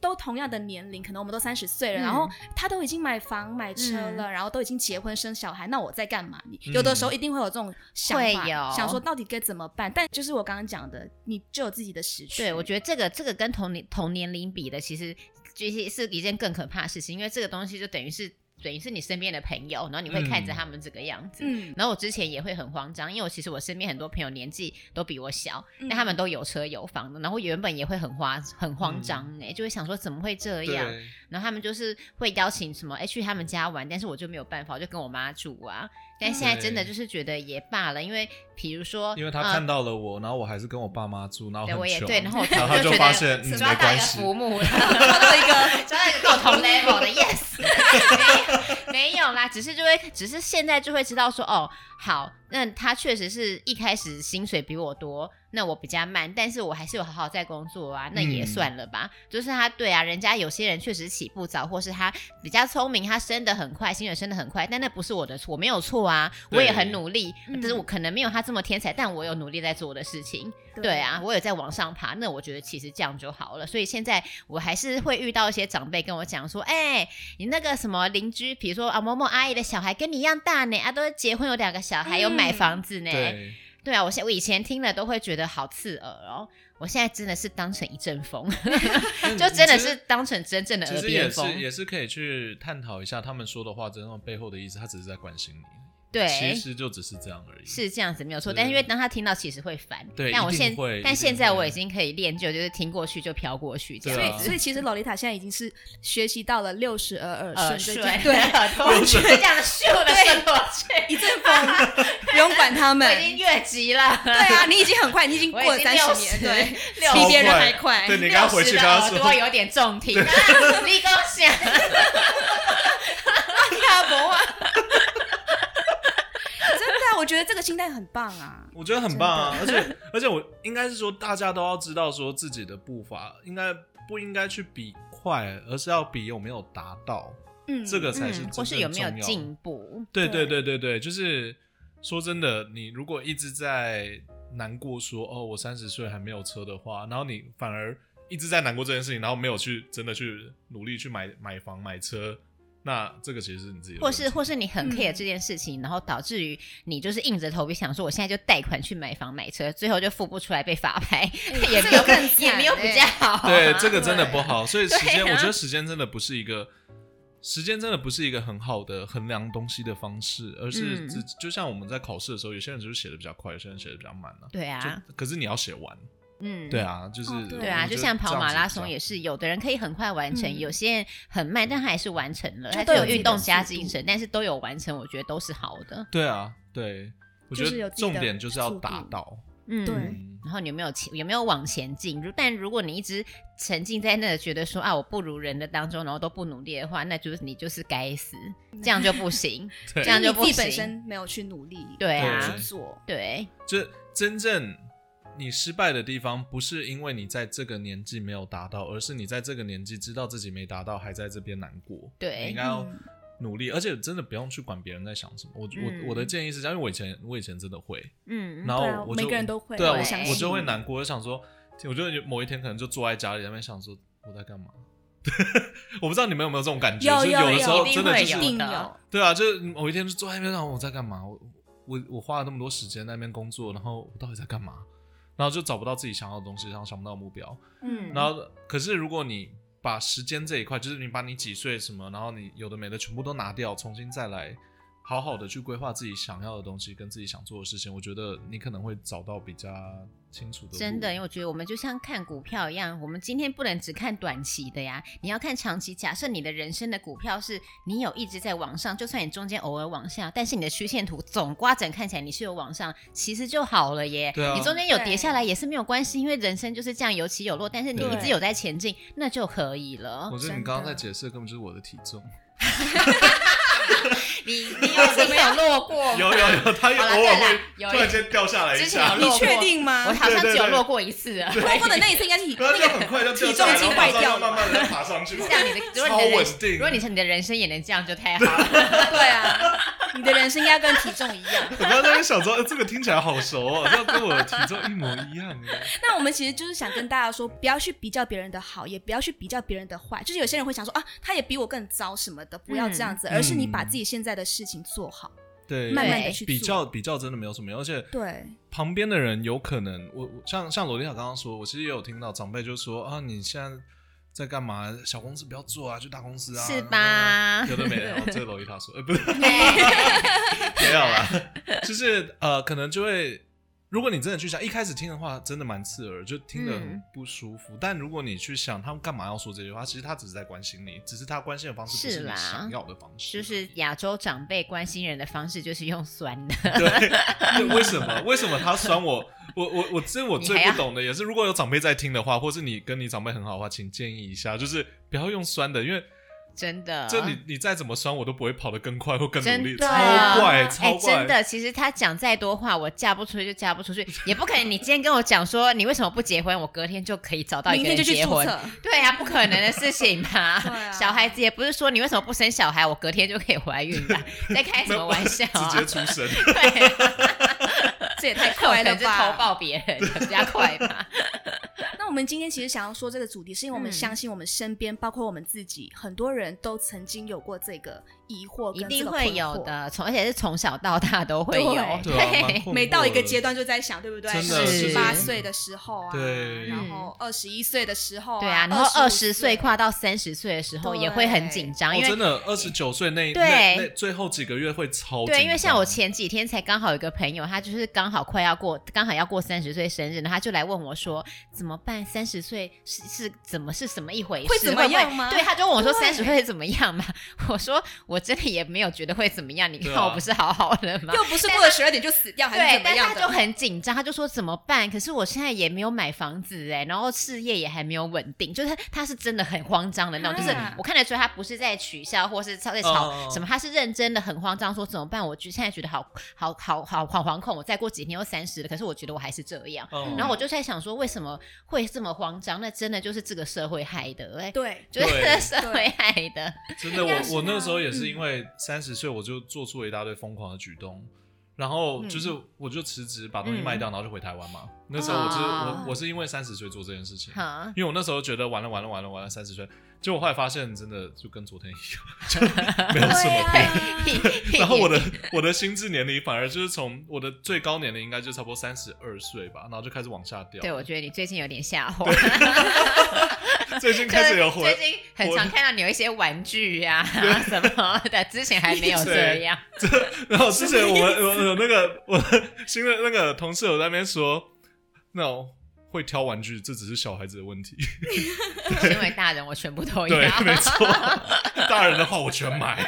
Speaker 1: 都同样的年龄，可能我们都三十岁了，
Speaker 2: 嗯
Speaker 1: 然后他都已经买房买车了，然后都已经结婚生小孩，那我在干嘛？你有的时候一定会有这种想
Speaker 2: 会有
Speaker 1: 法，想说到底该怎么办？但就是我刚刚讲的，你就有自己的时区。
Speaker 2: 对，我觉得这个这个跟同龄同年龄比的，其实就是是一件更可怕的事情，因为这个东西就等于是等于是你身边的朋友，然后你会看着
Speaker 3: 嗯
Speaker 2: 他们这个样子。
Speaker 1: 嗯，
Speaker 2: 然后我之前也会很慌张，因为我其实我身边很多朋友年纪都比我小，
Speaker 1: 嗯
Speaker 2: 但他们都有车有房的，然后原本也会很慌很慌张哎、就会想说怎么会这样？
Speaker 3: 嗯对，
Speaker 2: 然后他们就是会邀请什么哎、去他们家玩，但是我就没有办法，我就跟我妈住啊。但现在真的
Speaker 3: 对
Speaker 2: 就是觉得也罢了，因为比如说
Speaker 3: 因为他
Speaker 2: 呃
Speaker 3: 看到了我，然后我还是跟我爸妈住，然后
Speaker 2: 对，
Speaker 3: 很
Speaker 2: 我也
Speaker 3: 穷
Speaker 2: 对，然后我
Speaker 3: 然后他
Speaker 2: 就
Speaker 3: 就
Speaker 2: 觉
Speaker 3: 发
Speaker 2: 得
Speaker 3: 现嗯
Speaker 2: 抓到
Speaker 3: 没
Speaker 2: 一
Speaker 3: 关
Speaker 2: 个
Speaker 3: 系
Speaker 2: 浮木，抓到一 个抓到一个共同 level 的 yes，没有没 有啦，只是就会，只是现在就会知道说，哦，好，那他确实是一开始薪水比我多，那我比较慢，但是我还是有好好在工作啊，那也
Speaker 3: 嗯
Speaker 2: 算了吧。就是他对啊，人家有些人确实起步早，或是他比较聪明，他升的很快，薪水升的很快，但那不是我的错，我没有错啊，我也很
Speaker 3: 对
Speaker 2: 努力，
Speaker 1: 嗯
Speaker 2: 但是我可能没有他这么天才，但我有努力在做我的事情。
Speaker 1: 对
Speaker 2: 对啊，，我有在往上爬，那我觉得其实这样就好了。所以现在我还是会遇到一些长辈跟我讲说，哎、你那个什么邻居，比如说啊某某阿姨的小孩跟你一样大呢，啊都结婚有两个小孩，有买
Speaker 1: 嗯
Speaker 2: 房子呢。
Speaker 3: 对，
Speaker 2: 对啊，我现我以前听了都会觉得好刺耳哦，我现在真的是当成一阵 风，就真的是呃当成真正的
Speaker 3: 其
Speaker 2: 耳
Speaker 3: 实也
Speaker 2: 边
Speaker 3: 是
Speaker 2: 风。
Speaker 3: 也是可以去探讨一下他们说的话真正背后的意思，他只是在关心你，
Speaker 2: 对，
Speaker 3: 其实就只是这样而已。
Speaker 2: 是这样子没有错，
Speaker 3: 对
Speaker 2: 但是因为当他听到，其实会烦。
Speaker 3: 对
Speaker 2: 但我
Speaker 3: 一定
Speaker 2: 现
Speaker 3: 会
Speaker 2: 但
Speaker 3: 一定
Speaker 2: 现在
Speaker 3: 会
Speaker 2: 我已经可以练就，就是听过去就飘过去这
Speaker 3: 对
Speaker 1: 所
Speaker 2: 样
Speaker 1: 以
Speaker 3: 啊
Speaker 2: 子。
Speaker 1: 所以其实洛丽塔现在已经是学习到了六十而
Speaker 2: 耳
Speaker 1: 耳
Speaker 2: 顺
Speaker 1: 顺，
Speaker 2: 呃 对
Speaker 1: 对，
Speaker 2: 耳朵
Speaker 3: 顺
Speaker 2: 这样咻的
Speaker 1: 对
Speaker 2: 顺过去，
Speaker 1: 一阵 风，不用管他
Speaker 2: 我
Speaker 1: 们。
Speaker 2: 已经越级了。
Speaker 1: 对啊，你已经很快，你已经
Speaker 2: 我
Speaker 1: 过了
Speaker 2: 已经
Speaker 1: 三
Speaker 2: 六
Speaker 1: 十
Speaker 2: 十
Speaker 1: 年，对，
Speaker 2: 六
Speaker 1: 比别人
Speaker 3: 好快
Speaker 1: 还快。
Speaker 3: 对你刚刚回去跟他
Speaker 2: 六十的
Speaker 3: 说
Speaker 2: 耳朵有点重听， 啊你给我想，
Speaker 1: 卡博啊！真的啊、我觉得这个心态很棒啊。
Speaker 3: 我觉得很棒啊，而且而且我应该是说，大家都要知道说自己的步伐应该不应该去比快，而是要比有没有达到，
Speaker 1: 嗯，
Speaker 3: 这个才是
Speaker 2: 嗯，或
Speaker 3: 真
Speaker 2: 是
Speaker 3: 正
Speaker 2: 有没有
Speaker 3: 重要
Speaker 2: 进步？
Speaker 3: 对对
Speaker 1: 对
Speaker 3: 对对对，就是说真的，你如果一直在难过说哦，我三十岁还没有车的话，然后你反而一直在难过这件事情，然后没有去真的去努力去买买房买车，那这个其实是你自己的
Speaker 2: 或
Speaker 3: 问
Speaker 2: 是
Speaker 3: 题。
Speaker 2: 或是你很 care
Speaker 1: 嗯
Speaker 2: 这件事情，然后导致于你就是硬着头皮想说，我现在就贷款去买房买车，最后就付不出来被罚拍， 也没有
Speaker 1: 这个更惨欸
Speaker 2: 也没有比较好啊、
Speaker 3: 对，这个真的不好，所以时间，
Speaker 2: 对啊
Speaker 3: 我觉得时间真的不是一个，时间真的不是一个很好的衡量东西的方式，而是
Speaker 2: 嗯
Speaker 3: 自、就像我们在考试的时候，有些人就是写的比较快，有些人写的比较慢啊。
Speaker 2: 对啊，
Speaker 3: 就可是你要写完，
Speaker 2: 嗯，
Speaker 3: 对。啊，就是、
Speaker 1: 哦对
Speaker 2: 对啊，
Speaker 3: 我觉
Speaker 2: 就
Speaker 3: 得
Speaker 2: 像跑马拉
Speaker 3: 这样子比较
Speaker 2: 松也是，有的人可以很快完成，
Speaker 1: 嗯
Speaker 2: 有些人很慢，但他还是完成了。
Speaker 1: 就
Speaker 2: 他
Speaker 1: 都
Speaker 2: 是
Speaker 1: 有
Speaker 2: 有
Speaker 1: 自己
Speaker 2: 运
Speaker 1: 的
Speaker 2: 动加
Speaker 1: 速
Speaker 2: 精
Speaker 1: 度
Speaker 2: 神，但是都有完成，我觉得都是好的。
Speaker 3: 对啊，对，我觉
Speaker 1: 就是有
Speaker 3: 得
Speaker 1: 自己的
Speaker 3: 重点就是要
Speaker 1: 速度
Speaker 3: 达到，
Speaker 2: 嗯，
Speaker 1: 对
Speaker 3: 嗯，
Speaker 2: 然后你有没有前有没有往前进？如但如果你一直沉浸在那觉得说啊我不如人的当中，然后都不努力的话，那就是你就是该死，这样就不行。
Speaker 3: 对
Speaker 2: 这样就
Speaker 1: 因为你自己
Speaker 2: 不行
Speaker 1: 本身没有去努力，
Speaker 2: 对啊
Speaker 1: 去，做，
Speaker 2: 对，
Speaker 3: 就是真正你失败的地方，不是因为你在这个年纪没有达到，而是你在这个年纪知道自己没达到，还在这边难过。
Speaker 2: 对
Speaker 3: 你应该要
Speaker 1: 嗯
Speaker 3: 努力，而且真的不用去管别人在想什么。我、
Speaker 2: 嗯
Speaker 3: 我我的建议是这样，因为我以前我以前真的会，
Speaker 2: 嗯，
Speaker 3: 然
Speaker 1: 对啊
Speaker 3: 后我就、
Speaker 1: 每个人都会
Speaker 3: 对啊，
Speaker 2: 我
Speaker 3: 我
Speaker 2: 相
Speaker 3: 我
Speaker 2: 信
Speaker 3: 就会难过，我就想说，我就某一天可能就坐在家里在那边想说我在干嘛。 我不知道你们有没有这种感觉，
Speaker 1: 有
Speaker 3: 就是
Speaker 1: 有
Speaker 3: 的时候
Speaker 1: 有
Speaker 3: 真的
Speaker 2: 一
Speaker 3: 就
Speaker 1: 一
Speaker 3: 是
Speaker 2: 有
Speaker 1: 定
Speaker 2: 的
Speaker 1: 有。
Speaker 3: 对啊，就是某一天就坐在那边，然后我在干嘛？我我我花了那么多时间在那边工作，然后我到底在干嘛？然后就找不到自己想要的东西，然后想不到目标。
Speaker 1: 嗯，
Speaker 3: 然后，可是如果你把时间这一块，就是你把你几岁什么，然后你有的没的全部都拿掉，重新再来，好好的去规划自己想要的东西跟自己想做的事情，我觉得你可能会找到比较清楚的路。
Speaker 2: 真的，因为我觉得我们就像看股票一样，我们今天不能只看短期的呀，你要看长期。假设你的人生的股票是你有一直在往上，就算你中间偶尔往下，但是你的曲线图总瓜整看起来你是有往上，其实就好了耶。
Speaker 3: 对啊
Speaker 2: 你中间有跌下来也是没有关系，因为人生就是这样有起有落，但是你一直
Speaker 1: 对
Speaker 2: 有在前进，那就可以了
Speaker 3: 我。觉得你
Speaker 1: 真的
Speaker 3: 刚刚在解释的根本就是我的体重，
Speaker 2: 你你有你 有落过？
Speaker 3: 有有 有，他
Speaker 2: 好啦
Speaker 3: 偶
Speaker 2: 再
Speaker 3: 尔会
Speaker 2: 来有
Speaker 3: 突然间掉下来一
Speaker 2: 之前
Speaker 3: 下
Speaker 2: 有，
Speaker 1: 你
Speaker 2: 落过
Speaker 1: 确定吗
Speaker 2: 我？好像只
Speaker 3: 对对
Speaker 2: 有
Speaker 3: 对
Speaker 2: 落过一次啊。
Speaker 1: 落过的那一次应该 是
Speaker 3: 然后就啊很快就掉下来，
Speaker 1: 体重
Speaker 3: 然
Speaker 1: 机
Speaker 3: 后
Speaker 1: 坏
Speaker 3: 马
Speaker 1: 掉了
Speaker 3: 上慢慢的爬 上去。
Speaker 2: 这样你的，如果
Speaker 3: 超
Speaker 2: 你的
Speaker 3: 稳
Speaker 2: 人，
Speaker 3: 定
Speaker 2: 如果你是你的人生也能这样，就太好了。
Speaker 1: 对啊，你的人生应该跟体重一样。
Speaker 3: 我刚刚在那边想说，呃这个听起来好熟哦，这跟我的体重一模一样哎。
Speaker 1: 那我们其实就是想跟大家说，不要去比较别人的好，也不要去比较别人的坏。就是有些人会想说啊，他也比我更糟什么的，不要这样
Speaker 3: 嗯
Speaker 1: 子，而是你把自己现在的事情做好，
Speaker 3: 对
Speaker 1: 慢慢
Speaker 2: 对
Speaker 1: 的去做。
Speaker 3: 比较比较真的没有什么用，而且
Speaker 1: 对，
Speaker 3: 旁边的人有可能，我我像像罗丽塔刚刚说，我其实也有听到长辈就说啊，你现在在干嘛？小公司不要做啊，去大公司啊，
Speaker 2: 是吧
Speaker 3: 嗯有的没的，哦 这个罗丽塔说，呃，不是
Speaker 2: 哎
Speaker 3: 没有啦，就是呃，可能就会，如果你真的去想，一开始听的话，真的蛮刺耳，就听得很
Speaker 2: 嗯
Speaker 3: 不舒服。但如果你去想他们干嘛要说这句话，其实他只是在关心你，只是他关心的方式不
Speaker 2: 是
Speaker 3: 是
Speaker 2: 啦
Speaker 3: 你想要的方式。
Speaker 2: 就是亚洲长辈关心人的方式，就是用酸的。
Speaker 3: 对，对为什么？为什么他酸我？我我我，这我
Speaker 2: 你
Speaker 3: 最
Speaker 2: 还
Speaker 3: 不懂的也是，如果有长辈在听的话，或是你跟你长辈很好的话，请建议一下，就是不要用酸的，因为
Speaker 2: 真的，
Speaker 3: 这你你再怎么酸，我都不会跑得更快或更努
Speaker 2: 啊真
Speaker 3: 力，
Speaker 2: 的
Speaker 3: 超
Speaker 2: 啊
Speaker 3: 怪
Speaker 2: 哎、
Speaker 3: 超怪
Speaker 2: 真。的，其实他讲再多话，我嫁不出去就嫁不出 去，也不可能。你今天跟我讲说你为什么不结婚，我隔天就可以找到一
Speaker 1: 明天
Speaker 2: 个人
Speaker 1: 就去
Speaker 2: 结
Speaker 1: 注
Speaker 2: 婚。
Speaker 1: 册。
Speaker 2: 对啊，不可能的事情嘛。
Speaker 1: 啊
Speaker 2: 小孩子也不是说你为什么不生小孩，我隔天就可以怀孕 吧？在开什么玩笑啊？
Speaker 3: 直接出生，
Speaker 2: 对啊，
Speaker 1: 这 也太快了
Speaker 2: 我可能是
Speaker 1: 吧
Speaker 2: 偷抱别人的比较 快吧？
Speaker 1: 那我们今天其实想要说这个主题，是因为我们
Speaker 2: 嗯
Speaker 1: 相信我们身边，包括我们自己，很多人都曾经有过这个疑惑，
Speaker 2: 一定会有。的，从而且是从小到大都会有。
Speaker 1: 对
Speaker 3: 对啊，蛮困
Speaker 1: 每到一
Speaker 3: 惑
Speaker 1: 个
Speaker 3: 的
Speaker 1: 阶段就在想，对不对？
Speaker 3: 真
Speaker 2: 的是
Speaker 1: 十八岁的时候啊，
Speaker 3: 对
Speaker 1: 然后二十一岁的时候、
Speaker 2: 嗯对
Speaker 1: 啊
Speaker 2: 啊，，然后二
Speaker 1: 25
Speaker 2: 十岁跨到三十岁的时候
Speaker 1: 对
Speaker 2: 也会很紧张，
Speaker 3: 哦，
Speaker 2: 因为
Speaker 3: 真的二十九岁那
Speaker 2: 对
Speaker 3: 那那最后几个月会超
Speaker 2: 对，
Speaker 3: 紧
Speaker 2: 因为像
Speaker 3: 张
Speaker 2: 我前几天才刚好有一个朋友，他就是刚好快要过，刚好要过三十岁生日，然后他就来问我说怎么办？三十岁是是怎么是什么一回事？
Speaker 1: 会怎么
Speaker 2: 不
Speaker 1: 样吗
Speaker 2: 对，他就问我说
Speaker 1: 对
Speaker 2: 三十岁怎么样嘛？ 我说我真的也没有觉得会怎么样，你看
Speaker 3: 对啊
Speaker 2: 我不是好好的吗？
Speaker 1: 又不是过了十二点就死掉，还是
Speaker 2: 对
Speaker 1: 啊怎，么
Speaker 2: 但
Speaker 1: 样
Speaker 2: 他
Speaker 1: 的？
Speaker 2: 就很紧张，他就说怎么办？可是我现在也没有买房子哎、然后事业也还没有稳定，就是他他是真的很慌张的那种，就是
Speaker 1: 啊哦
Speaker 2: 我看得出来他不是在取笑或是在吵
Speaker 3: 嗯
Speaker 2: 什么，他是认真的很慌张，说怎么办？我就现在觉得好好好好好惶恐，我再过几天又三十了，可是我觉得我还是这样。
Speaker 3: 嗯
Speaker 2: 然后我就在想说，为什么会这么慌张？那真的就是这个社会害的哎、
Speaker 1: 对，
Speaker 2: 就是这
Speaker 3: 对
Speaker 2: 个社会害的，
Speaker 3: 真的，
Speaker 1: 应该是
Speaker 3: 我我
Speaker 1: 那
Speaker 3: 那
Speaker 1: 样
Speaker 3: 时候也
Speaker 2: 嗯
Speaker 3: 是因为三十岁，我就做出了一大堆疯狂的举动，然
Speaker 2: 嗯
Speaker 3: 后就是我就辞职把东西卖掉，然后就回台湾嘛。那时候我是
Speaker 2: 哦
Speaker 3: 我我是因为三十岁做这件事情，
Speaker 2: 哈、
Speaker 3: 因为我那时候觉得完了完了完了完了三十岁，结果后来发现真的就跟昨 天一样，就没有什
Speaker 1: 对
Speaker 3: 么变。
Speaker 1: 啊，
Speaker 3: 然后我的我的心智年龄反而就是从我的最高年龄应该就差不多三十二岁吧，然后就开始往下掉。
Speaker 2: 对，我觉得你最近有点下滑。
Speaker 3: 最近 开始有回
Speaker 2: 最近很常看到你有一些玩具啊 什么的，之前还没有这样。
Speaker 3: 然后之前我们我有那个 我新的那个同事有在那边说，那种会挑玩具，这只是小孩子的问题。
Speaker 2: 身为大人，我全部都要。
Speaker 3: 对，啊 没错，大人的话我全买。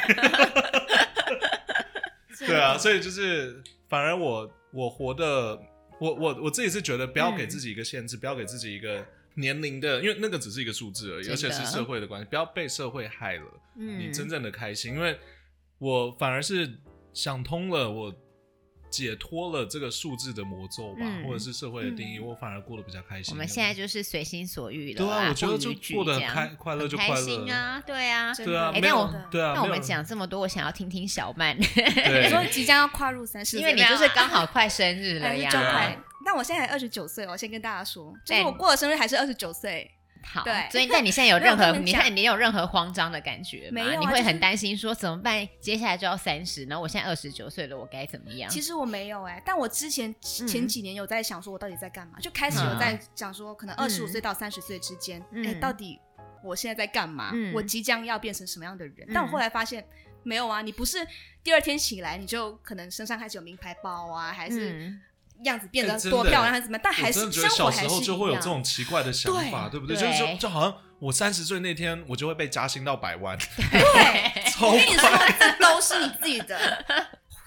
Speaker 3: 对啊，所以就是反而我我活的我我我自己是觉得不要给自己一个限制，不要给自己一个年龄的，因为那个只是一个数字而已，
Speaker 2: 真的
Speaker 3: 而且是社会的关系，不要被社会害了。
Speaker 2: 嗯
Speaker 3: 你真正的开心，因为我反而是想通了，我解脱了这个数字的魔咒吧，
Speaker 2: 嗯
Speaker 3: 或者是社会的定义，
Speaker 1: 嗯
Speaker 3: 我反而过得比较开心。
Speaker 2: 我们现在就是随心所欲了
Speaker 3: 对
Speaker 2: 啦。
Speaker 3: 啊，我觉得
Speaker 2: 不
Speaker 3: 就
Speaker 2: 逾矩
Speaker 3: 过得
Speaker 2: 这样
Speaker 3: 开快乐就
Speaker 2: 很
Speaker 3: 快
Speaker 2: 开
Speaker 3: 乐
Speaker 2: 心，啊，对啊。
Speaker 1: 真的
Speaker 3: 对啊，
Speaker 2: 哎
Speaker 3: 没
Speaker 2: 但
Speaker 3: 有
Speaker 2: 我
Speaker 3: 对啊，
Speaker 2: 那我
Speaker 3: 没有
Speaker 2: 们讲这么多，我想要听听小曼，
Speaker 1: 你说
Speaker 3: 对，
Speaker 1: 即将要跨入三十，
Speaker 2: 因为你就是刚好快生日 了
Speaker 1: 哎还是
Speaker 2: 呀。
Speaker 1: 就
Speaker 3: 对
Speaker 1: 快
Speaker 3: 啊。
Speaker 1: 但我现在才二十九岁哦，我先跟大家说，就是
Speaker 2: 对
Speaker 1: 我过了生日还是二十九岁，
Speaker 2: 哎好，
Speaker 1: 对
Speaker 2: 所以但你现在有
Speaker 1: 没有
Speaker 2: 任何，
Speaker 1: 他们
Speaker 2: 你
Speaker 1: 讲
Speaker 2: 看你有任何慌张的感觉吗？
Speaker 1: 没有啊
Speaker 2: 你会
Speaker 1: 就是
Speaker 2: 很担心说怎么办？接下来就要三十，然后我现在二十九岁了，我该怎么 样？
Speaker 1: 其实我没有哎、但我之前
Speaker 2: 嗯
Speaker 1: 前几年有在想说，我到底在干嘛？就开始有在想说，可能
Speaker 2: 嗯
Speaker 1: 二十五岁到三十岁之间，哎、
Speaker 2: 嗯
Speaker 1: 到底我现在在干嘛？
Speaker 2: 嗯
Speaker 1: 我即将要变成什么样的人？
Speaker 2: 嗯
Speaker 1: 但我后来发现。没有啊，你不是第二天起来你就可能身上开始有名牌包啊，还是
Speaker 2: 嗯
Speaker 1: 样子变
Speaker 3: 哎
Speaker 1: 得
Speaker 3: 真的
Speaker 1: 多漂亮，还是怎么样？但还
Speaker 3: 我真
Speaker 1: 是
Speaker 3: 的觉
Speaker 1: 生
Speaker 3: 得
Speaker 1: 活
Speaker 3: 小
Speaker 1: 还
Speaker 3: 时
Speaker 1: 是
Speaker 3: 候就会有
Speaker 1: 一
Speaker 3: 这
Speaker 1: 样
Speaker 3: 种奇怪的想法，对不对？就
Speaker 2: 对
Speaker 3: 是就就好像我三十岁那天，我就会被加薪到百万，
Speaker 1: 对，
Speaker 3: 超
Speaker 1: 我跟你说，这都是你自己的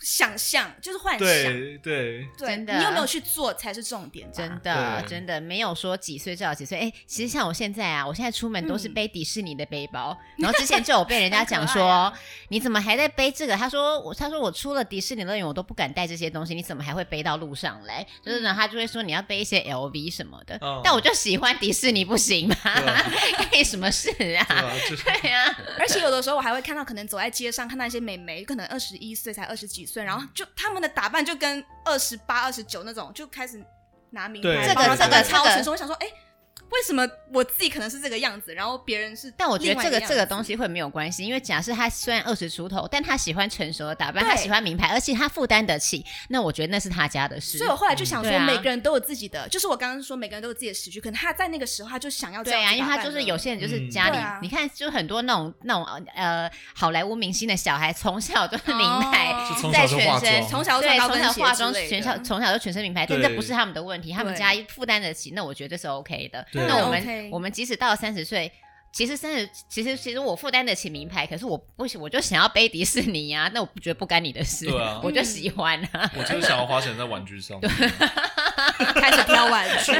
Speaker 1: 想象，就是幻想。对，
Speaker 3: 对对，
Speaker 2: 真的
Speaker 1: 你有没有去做才是重点吧。
Speaker 2: 真的，
Speaker 3: 对
Speaker 2: 真的没有说几岁就要几岁。哎、其实像我现在啊，我现在出门都是
Speaker 1: 嗯
Speaker 2: 背迪士尼的背包，然后之前就 有被人家
Speaker 1: 很可
Speaker 2: 讲
Speaker 1: 爱
Speaker 2: 说，
Speaker 1: 啊
Speaker 2: 你怎么还在背这个？他说我，他说我出了迪士尼乐园，我都不敢带这些东西，你怎么还会背到路上来？就是
Speaker 1: 嗯
Speaker 2: 呢，他就会说你要背一些 LV 什么的。
Speaker 1: 哦
Speaker 3: 嗯
Speaker 2: 但我就喜欢迪士尼，不行吗？
Speaker 3: 对啊
Speaker 2: 干什么事
Speaker 3: 对
Speaker 2: 啊？
Speaker 3: 啊，就是
Speaker 2: 对啊，
Speaker 1: 而且有的时候我还会看到，可能走在街上看到一些美眉，可能二十一岁才二十几岁，然后就她们的打扮就跟二十八、二十九那种就开始拿名牌包
Speaker 3: 对，这个
Speaker 1: 然后
Speaker 3: 这个
Speaker 1: 超
Speaker 2: 这个
Speaker 1: 成熟。我想说，哎、为什么我自己可能是这个样子，然后别人是？
Speaker 2: 但我觉得这个这个东
Speaker 1: 西，
Speaker 2: 西会没有关系，因为假设他虽然二十出头，但他喜欢成熟的打扮，
Speaker 1: 对
Speaker 2: 他喜欢名牌，而且他负担得起，那我觉得那是他家的事
Speaker 1: 所以。我后来就想
Speaker 2: 嗯对
Speaker 1: 说，
Speaker 2: 啊
Speaker 1: 每个人都有自己的，就是我刚刚说，每个人都有自己的时区。可能他在那个时候，他就想哦要这
Speaker 2: 对
Speaker 1: 样
Speaker 2: 啊，
Speaker 1: 子
Speaker 2: 因为
Speaker 1: 打扮
Speaker 2: 他就是
Speaker 1: 了
Speaker 2: 有些人就是家里，
Speaker 1: 嗯对啊
Speaker 2: 你看就很多那种那种呃好莱坞明星的小孩，从小都是名牌，
Speaker 1: 哦
Speaker 3: 就从
Speaker 2: 在
Speaker 3: 小就
Speaker 2: 全
Speaker 3: 化
Speaker 2: 身
Speaker 3: 妆，
Speaker 1: 从小就
Speaker 2: 对，
Speaker 1: 穿高
Speaker 2: 从
Speaker 1: 跟
Speaker 2: 小
Speaker 1: 鞋
Speaker 2: 化妆，
Speaker 1: 之类
Speaker 2: 全
Speaker 1: 的
Speaker 2: 小从小就全身名牌，但
Speaker 3: 对
Speaker 2: 这不是他们的问题，他们
Speaker 1: 对
Speaker 2: 家负担得起，那我觉得是 OK 的。
Speaker 3: 对啊
Speaker 2: 那我们、
Speaker 1: OK
Speaker 2: 我们即使到了三十岁。其实三十，其实其实我负担得起名牌，可是我不喜，我就想要背迪士尼呀、那我不觉得不干你的事，
Speaker 3: 对啊
Speaker 2: 我就喜
Speaker 1: 嗯
Speaker 2: 欢 啊。
Speaker 3: 我就是想要花钱在玩具上。
Speaker 1: 开始挑玩 具。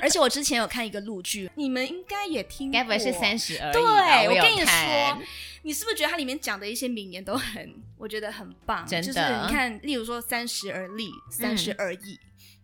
Speaker 1: 而且我之前有看一个陆剧，你们应该也听过，
Speaker 2: 该不会是三十而已吧
Speaker 1: 对，
Speaker 2: 我有
Speaker 1: 跟你
Speaker 2: 看
Speaker 1: 说，，你是不是觉得它里面讲的一些名言都很，我觉得很棒？
Speaker 2: 真的
Speaker 1: 就是你看，例如说“三十而立，三十而已”，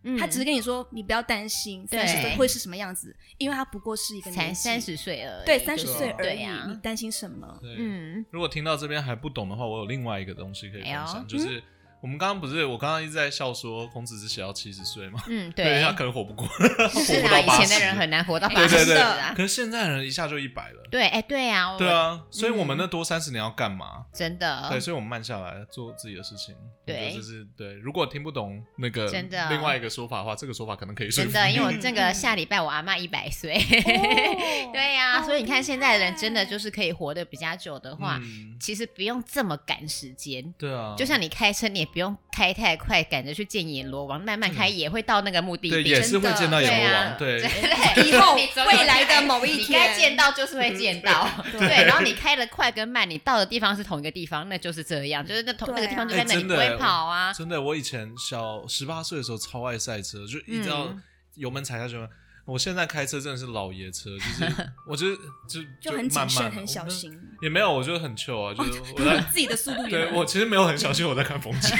Speaker 2: 嗯
Speaker 1: 他只是跟你说你不要担心
Speaker 2: 对
Speaker 1: 三十岁会是什么样子，因为他不过是一个
Speaker 2: 才
Speaker 1: 年纪
Speaker 2: 三，十岁而已，
Speaker 1: 对，三十
Speaker 2: 就是
Speaker 1: 岁而
Speaker 2: 对啊嗯
Speaker 1: 已，
Speaker 2: 呀
Speaker 1: 你担心什 么？哦
Speaker 3: 对，
Speaker 2: 嗯，
Speaker 3: 如果听到这边还不懂的话，我有另外一个东西可以分
Speaker 2: 哎呦
Speaker 3: 享，就是我们刚刚不是我刚刚一直在笑说孔子只写到七十岁嘛，
Speaker 2: 嗯，
Speaker 3: 他可能活不过，
Speaker 2: 是
Speaker 3: 活不
Speaker 2: 啊，
Speaker 3: 到
Speaker 2: 以
Speaker 3: 八
Speaker 2: 前
Speaker 3: 十
Speaker 2: 的。人很难活到
Speaker 1: 哎
Speaker 2: 八
Speaker 3: 对对
Speaker 2: 十
Speaker 3: 对
Speaker 2: 啊，
Speaker 3: 可是现在人一下就一百了。
Speaker 2: 对，哎，对啊，我
Speaker 3: 对，啊，所以我们那多三十年要干嘛？
Speaker 2: 真的，
Speaker 3: 对，所以我们慢下来做自己的事情。
Speaker 2: 嗯对
Speaker 3: 我觉得这是对。如果听不懂那个
Speaker 2: 真的
Speaker 3: 另外一个说法的话，这个说法可能可以说服
Speaker 2: 真的，
Speaker 3: 你
Speaker 2: 因为我
Speaker 1: 嗯
Speaker 2: 这个下礼拜我阿妈一百岁，
Speaker 1: 哦
Speaker 2: 对呀、
Speaker 1: 好
Speaker 2: 所以你看现在的人真的
Speaker 1: 厉害
Speaker 2: 就是可以活得比较久的话，
Speaker 3: 欸嗯
Speaker 2: 其实不用这么赶时间。
Speaker 3: 对啊，
Speaker 2: 就像你开车，你也不用开太快，赶着去见阎罗王，慢慢开也会到那个目的地。
Speaker 3: 对也是会见到
Speaker 2: 对
Speaker 3: 阎罗
Speaker 2: 啊
Speaker 3: 王，，对
Speaker 2: 对，
Speaker 1: 哎以后
Speaker 2: 你总有
Speaker 1: 未来的某一
Speaker 2: 你该
Speaker 1: 天嗯
Speaker 2: 见到就是会见到，
Speaker 1: 对
Speaker 2: 对。然后你开的快跟慢，你到的地方是同一个地方，那就是这样，就是那同
Speaker 1: 对啊
Speaker 2: 那个地方就在那
Speaker 3: 哎
Speaker 2: 里，
Speaker 3: 真
Speaker 2: 不
Speaker 3: 的
Speaker 2: 会跑啊。
Speaker 3: 真的，我以前小十八岁的时候超爱赛车，就一直要
Speaker 2: 嗯
Speaker 3: 油门踩下去嘛。我现在开车真的是老爷车，就是 我就是就
Speaker 1: 就很谨
Speaker 3: 慢慢
Speaker 1: 慎，
Speaker 3: 地
Speaker 1: 很小，心。
Speaker 3: 我也没有，我就很 chill 啊，就是
Speaker 2: 哦
Speaker 3: 我在
Speaker 1: 自己的速度也
Speaker 3: 对我其实没有很小心，我在看风 景，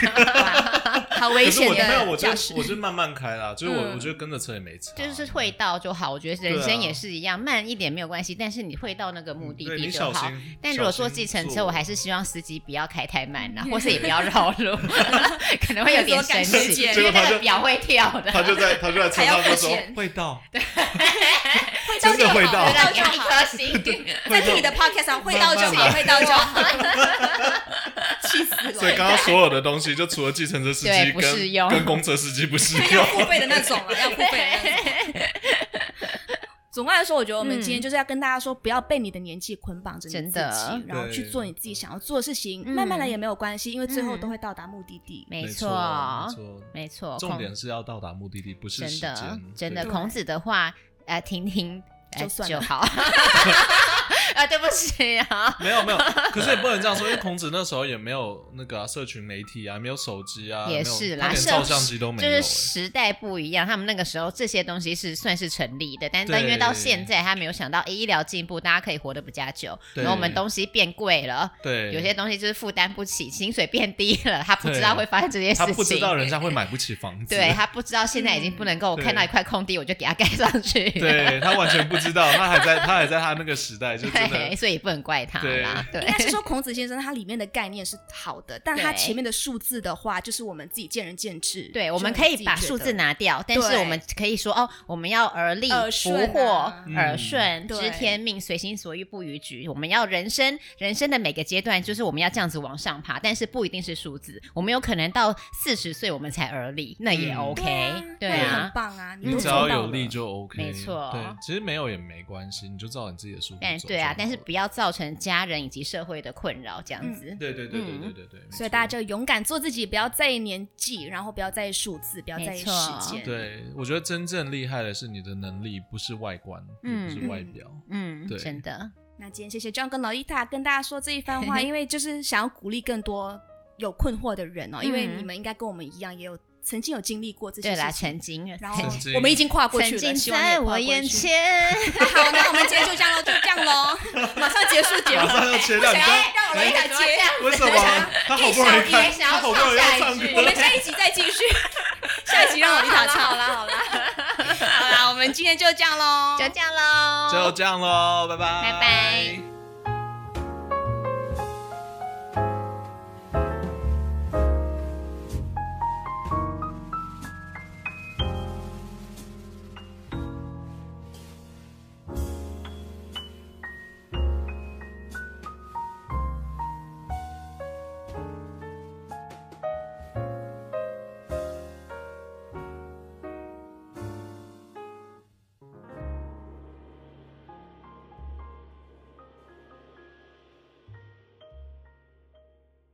Speaker 1: 好危
Speaker 3: 可是
Speaker 1: 险
Speaker 3: 我
Speaker 1: 的
Speaker 3: 没有，我就
Speaker 1: 驾驶
Speaker 3: 我就慢慢开啦，就是我
Speaker 1: 嗯
Speaker 3: 我就跟着车也没差，
Speaker 2: 就是会到就好，我觉得人
Speaker 3: 对
Speaker 2: 生
Speaker 3: 啊
Speaker 2: 也是一样，慢一点没有关系，但是你会到那个目的
Speaker 3: 对
Speaker 2: 地
Speaker 3: 你
Speaker 2: 就
Speaker 3: 小
Speaker 2: 好。
Speaker 3: 心。
Speaker 2: 但如果
Speaker 3: 小
Speaker 2: 坐
Speaker 3: 心
Speaker 2: 计程车，
Speaker 3: 坐
Speaker 2: 我还是希望司机不要开太慢 啊啦，或是也不要绕路， 可能会有点生
Speaker 1: 有时候赶时
Speaker 2: 气，
Speaker 1: 间
Speaker 2: 因为那个表会跳 的，
Speaker 3: 他就 在他就在车
Speaker 1: 还
Speaker 3: 上
Speaker 1: 要
Speaker 3: 就
Speaker 1: 付
Speaker 3: 说
Speaker 1: 钱
Speaker 3: 会到，
Speaker 1: 会
Speaker 3: 真的
Speaker 1: 就
Speaker 3: 会
Speaker 1: 好
Speaker 3: 到
Speaker 2: 对
Speaker 1: 会
Speaker 2: 让
Speaker 1: 到
Speaker 2: 给
Speaker 1: 就
Speaker 2: 他 一
Speaker 1: 好。
Speaker 2: 颗 星。
Speaker 1: 在自己的 podcast 上会到就好，会到就好， 气死了！
Speaker 3: 所以刚刚所有的东西就除了计程车司
Speaker 2: 对
Speaker 3: 机
Speaker 2: 不适用
Speaker 3: 跟跟公车司机不 适
Speaker 1: 要
Speaker 3: 用。
Speaker 1: 付费的那种啊 了，要付费的那种。总的来说，我觉得我们今天就是要跟大家说，不要被你的年纪捆绑着你
Speaker 2: 真
Speaker 1: 自
Speaker 2: 的
Speaker 1: 己，然后去
Speaker 3: 对
Speaker 1: 做你自己想要做的事情，
Speaker 2: 嗯
Speaker 1: 慢慢来也没有关系，因为最后
Speaker 2: 嗯
Speaker 1: 都会到达目的地。
Speaker 2: 没
Speaker 3: 错，
Speaker 2: 错，
Speaker 3: 没错
Speaker 2: 没错，
Speaker 3: 重
Speaker 2: 孔
Speaker 3: 点是要到达目的地，不是
Speaker 2: 哦真
Speaker 3: 时
Speaker 2: 的
Speaker 3: 间。
Speaker 2: 真的，
Speaker 3: 对
Speaker 1: 对
Speaker 2: 孔子的话，呃，听听呃
Speaker 1: 就算了
Speaker 2: 就好。 啊，对不起啊，
Speaker 3: 没有没有， 可是也不能这样说，因为孔子那时候也没有那个啊、社群媒体啊，没有手机啊，
Speaker 2: 也
Speaker 3: 没有
Speaker 2: 是
Speaker 3: 他
Speaker 2: 啦，
Speaker 3: 连
Speaker 2: 社
Speaker 3: 照相机都没
Speaker 2: 就
Speaker 3: 有、欸
Speaker 2: 是时代不一样，他们那个时候这些东西是算是成立的，但是
Speaker 3: 对
Speaker 2: 因为到现在，他没有想到诶医疗进步，大家可以活得比较久，
Speaker 3: 对
Speaker 2: 然后我们东西变贵了，
Speaker 3: 对，
Speaker 2: 有些东西就是负担不起，薪水变低了，他不知道
Speaker 3: 对
Speaker 2: 会发生这些
Speaker 3: 他
Speaker 2: 事
Speaker 3: 不知
Speaker 2: 情。
Speaker 3: 道人家会买不起房子，
Speaker 2: 对他不知道，现在已经不能够我看到一块空地我就给他盖上去。
Speaker 3: 对他完全不知道，他还在他还在他那个时代，就真
Speaker 2: 对，
Speaker 3: 的
Speaker 2: 所以也不能怪他啦。
Speaker 1: 应，
Speaker 2: 对啊
Speaker 1: 该是说孔子先生他里面的概念是好的，但他
Speaker 2: 对
Speaker 1: 前面的数字的话，就是我们自己见仁见智。
Speaker 2: 对，我
Speaker 1: 就
Speaker 2: 们
Speaker 1: 你
Speaker 2: 可以
Speaker 1: 自己
Speaker 2: 把
Speaker 1: 觉
Speaker 2: 数
Speaker 1: 得
Speaker 2: 字拿掉，但是
Speaker 1: 对
Speaker 2: 我们可以说哦，我们要而立、
Speaker 1: 耳
Speaker 2: 不
Speaker 1: 顺
Speaker 2: 惑
Speaker 1: 啊、
Speaker 2: 耳
Speaker 3: 嗯
Speaker 2: 顺、知
Speaker 1: 对
Speaker 2: 天命、随心所欲、不逾矩。我们要人生，人生的每个阶段，就是我们要这样子往上爬，但是不一定是数字，我们有可能到四十岁我们才而立，那也
Speaker 3: 嗯
Speaker 2: OK，
Speaker 1: 对
Speaker 2: 对
Speaker 1: 啊那也
Speaker 2: 啊
Speaker 1: 很。棒啊，你
Speaker 3: 你
Speaker 1: 都
Speaker 3: 只
Speaker 1: 做
Speaker 3: 要
Speaker 1: 到
Speaker 3: 有
Speaker 1: 了。
Speaker 3: 力就 OK，
Speaker 2: 没错
Speaker 3: 对，其实没有也没关系，你就照你自己的速度
Speaker 2: 但
Speaker 3: 走
Speaker 2: 对啊，
Speaker 3: 就
Speaker 2: 但是
Speaker 3: 好了
Speaker 2: 不要造成家人以及社会的困扰，这样子。
Speaker 3: 对对对对
Speaker 2: 嗯
Speaker 3: 对对对，没
Speaker 1: 所以
Speaker 3: 错
Speaker 1: 大家就勇敢做自己，不要在意年纪，然后不要在意数字，不要在
Speaker 2: 没
Speaker 1: 意时
Speaker 2: 错
Speaker 1: 间。
Speaker 3: 对，我觉得真正厉害的是你的能力，不是外观，
Speaker 2: 嗯
Speaker 3: 也不是外表。
Speaker 2: 嗯，
Speaker 3: 对
Speaker 2: 真的，
Speaker 1: 那今天谢谢 John 跟劳丽塔跟大家说这一番话，因为就是想要鼓励更多有困惑的人哦，因为
Speaker 2: 嗯
Speaker 1: 你们应该跟我们一样，也有曾经有经历过这些
Speaker 2: 对啦，
Speaker 1: 事情。
Speaker 2: 曾经，
Speaker 1: 然后
Speaker 3: 曾经
Speaker 1: 我们已经跨过去
Speaker 2: 曾
Speaker 1: 了，
Speaker 2: 经
Speaker 1: 希望你也
Speaker 2: 在
Speaker 1: 跨过
Speaker 2: 我
Speaker 1: 去
Speaker 2: 眼。前，
Speaker 1: 好，那我们今天就这样喽，就这样喽，马上结束节
Speaker 3: 马
Speaker 1: 目。
Speaker 3: 上要切
Speaker 1: 不
Speaker 3: 两
Speaker 1: 行，
Speaker 3: 张，
Speaker 1: 让 我们一
Speaker 3: 哎
Speaker 1: 起接。
Speaker 3: 为什么？他好不容易
Speaker 2: 一小节
Speaker 3: 看，
Speaker 2: 想要
Speaker 3: 他好不容易要
Speaker 2: 唱
Speaker 3: 唱
Speaker 2: 下一句
Speaker 1: 我
Speaker 3: 歌
Speaker 1: 们，下一集再继续， 下一集让我一塔唱。
Speaker 2: 好啦好啦，好啦
Speaker 1: 好啦，我们今天就这样喽，
Speaker 2: 就这样喽，
Speaker 3: 就这样喽，拜拜，
Speaker 2: 拜拜。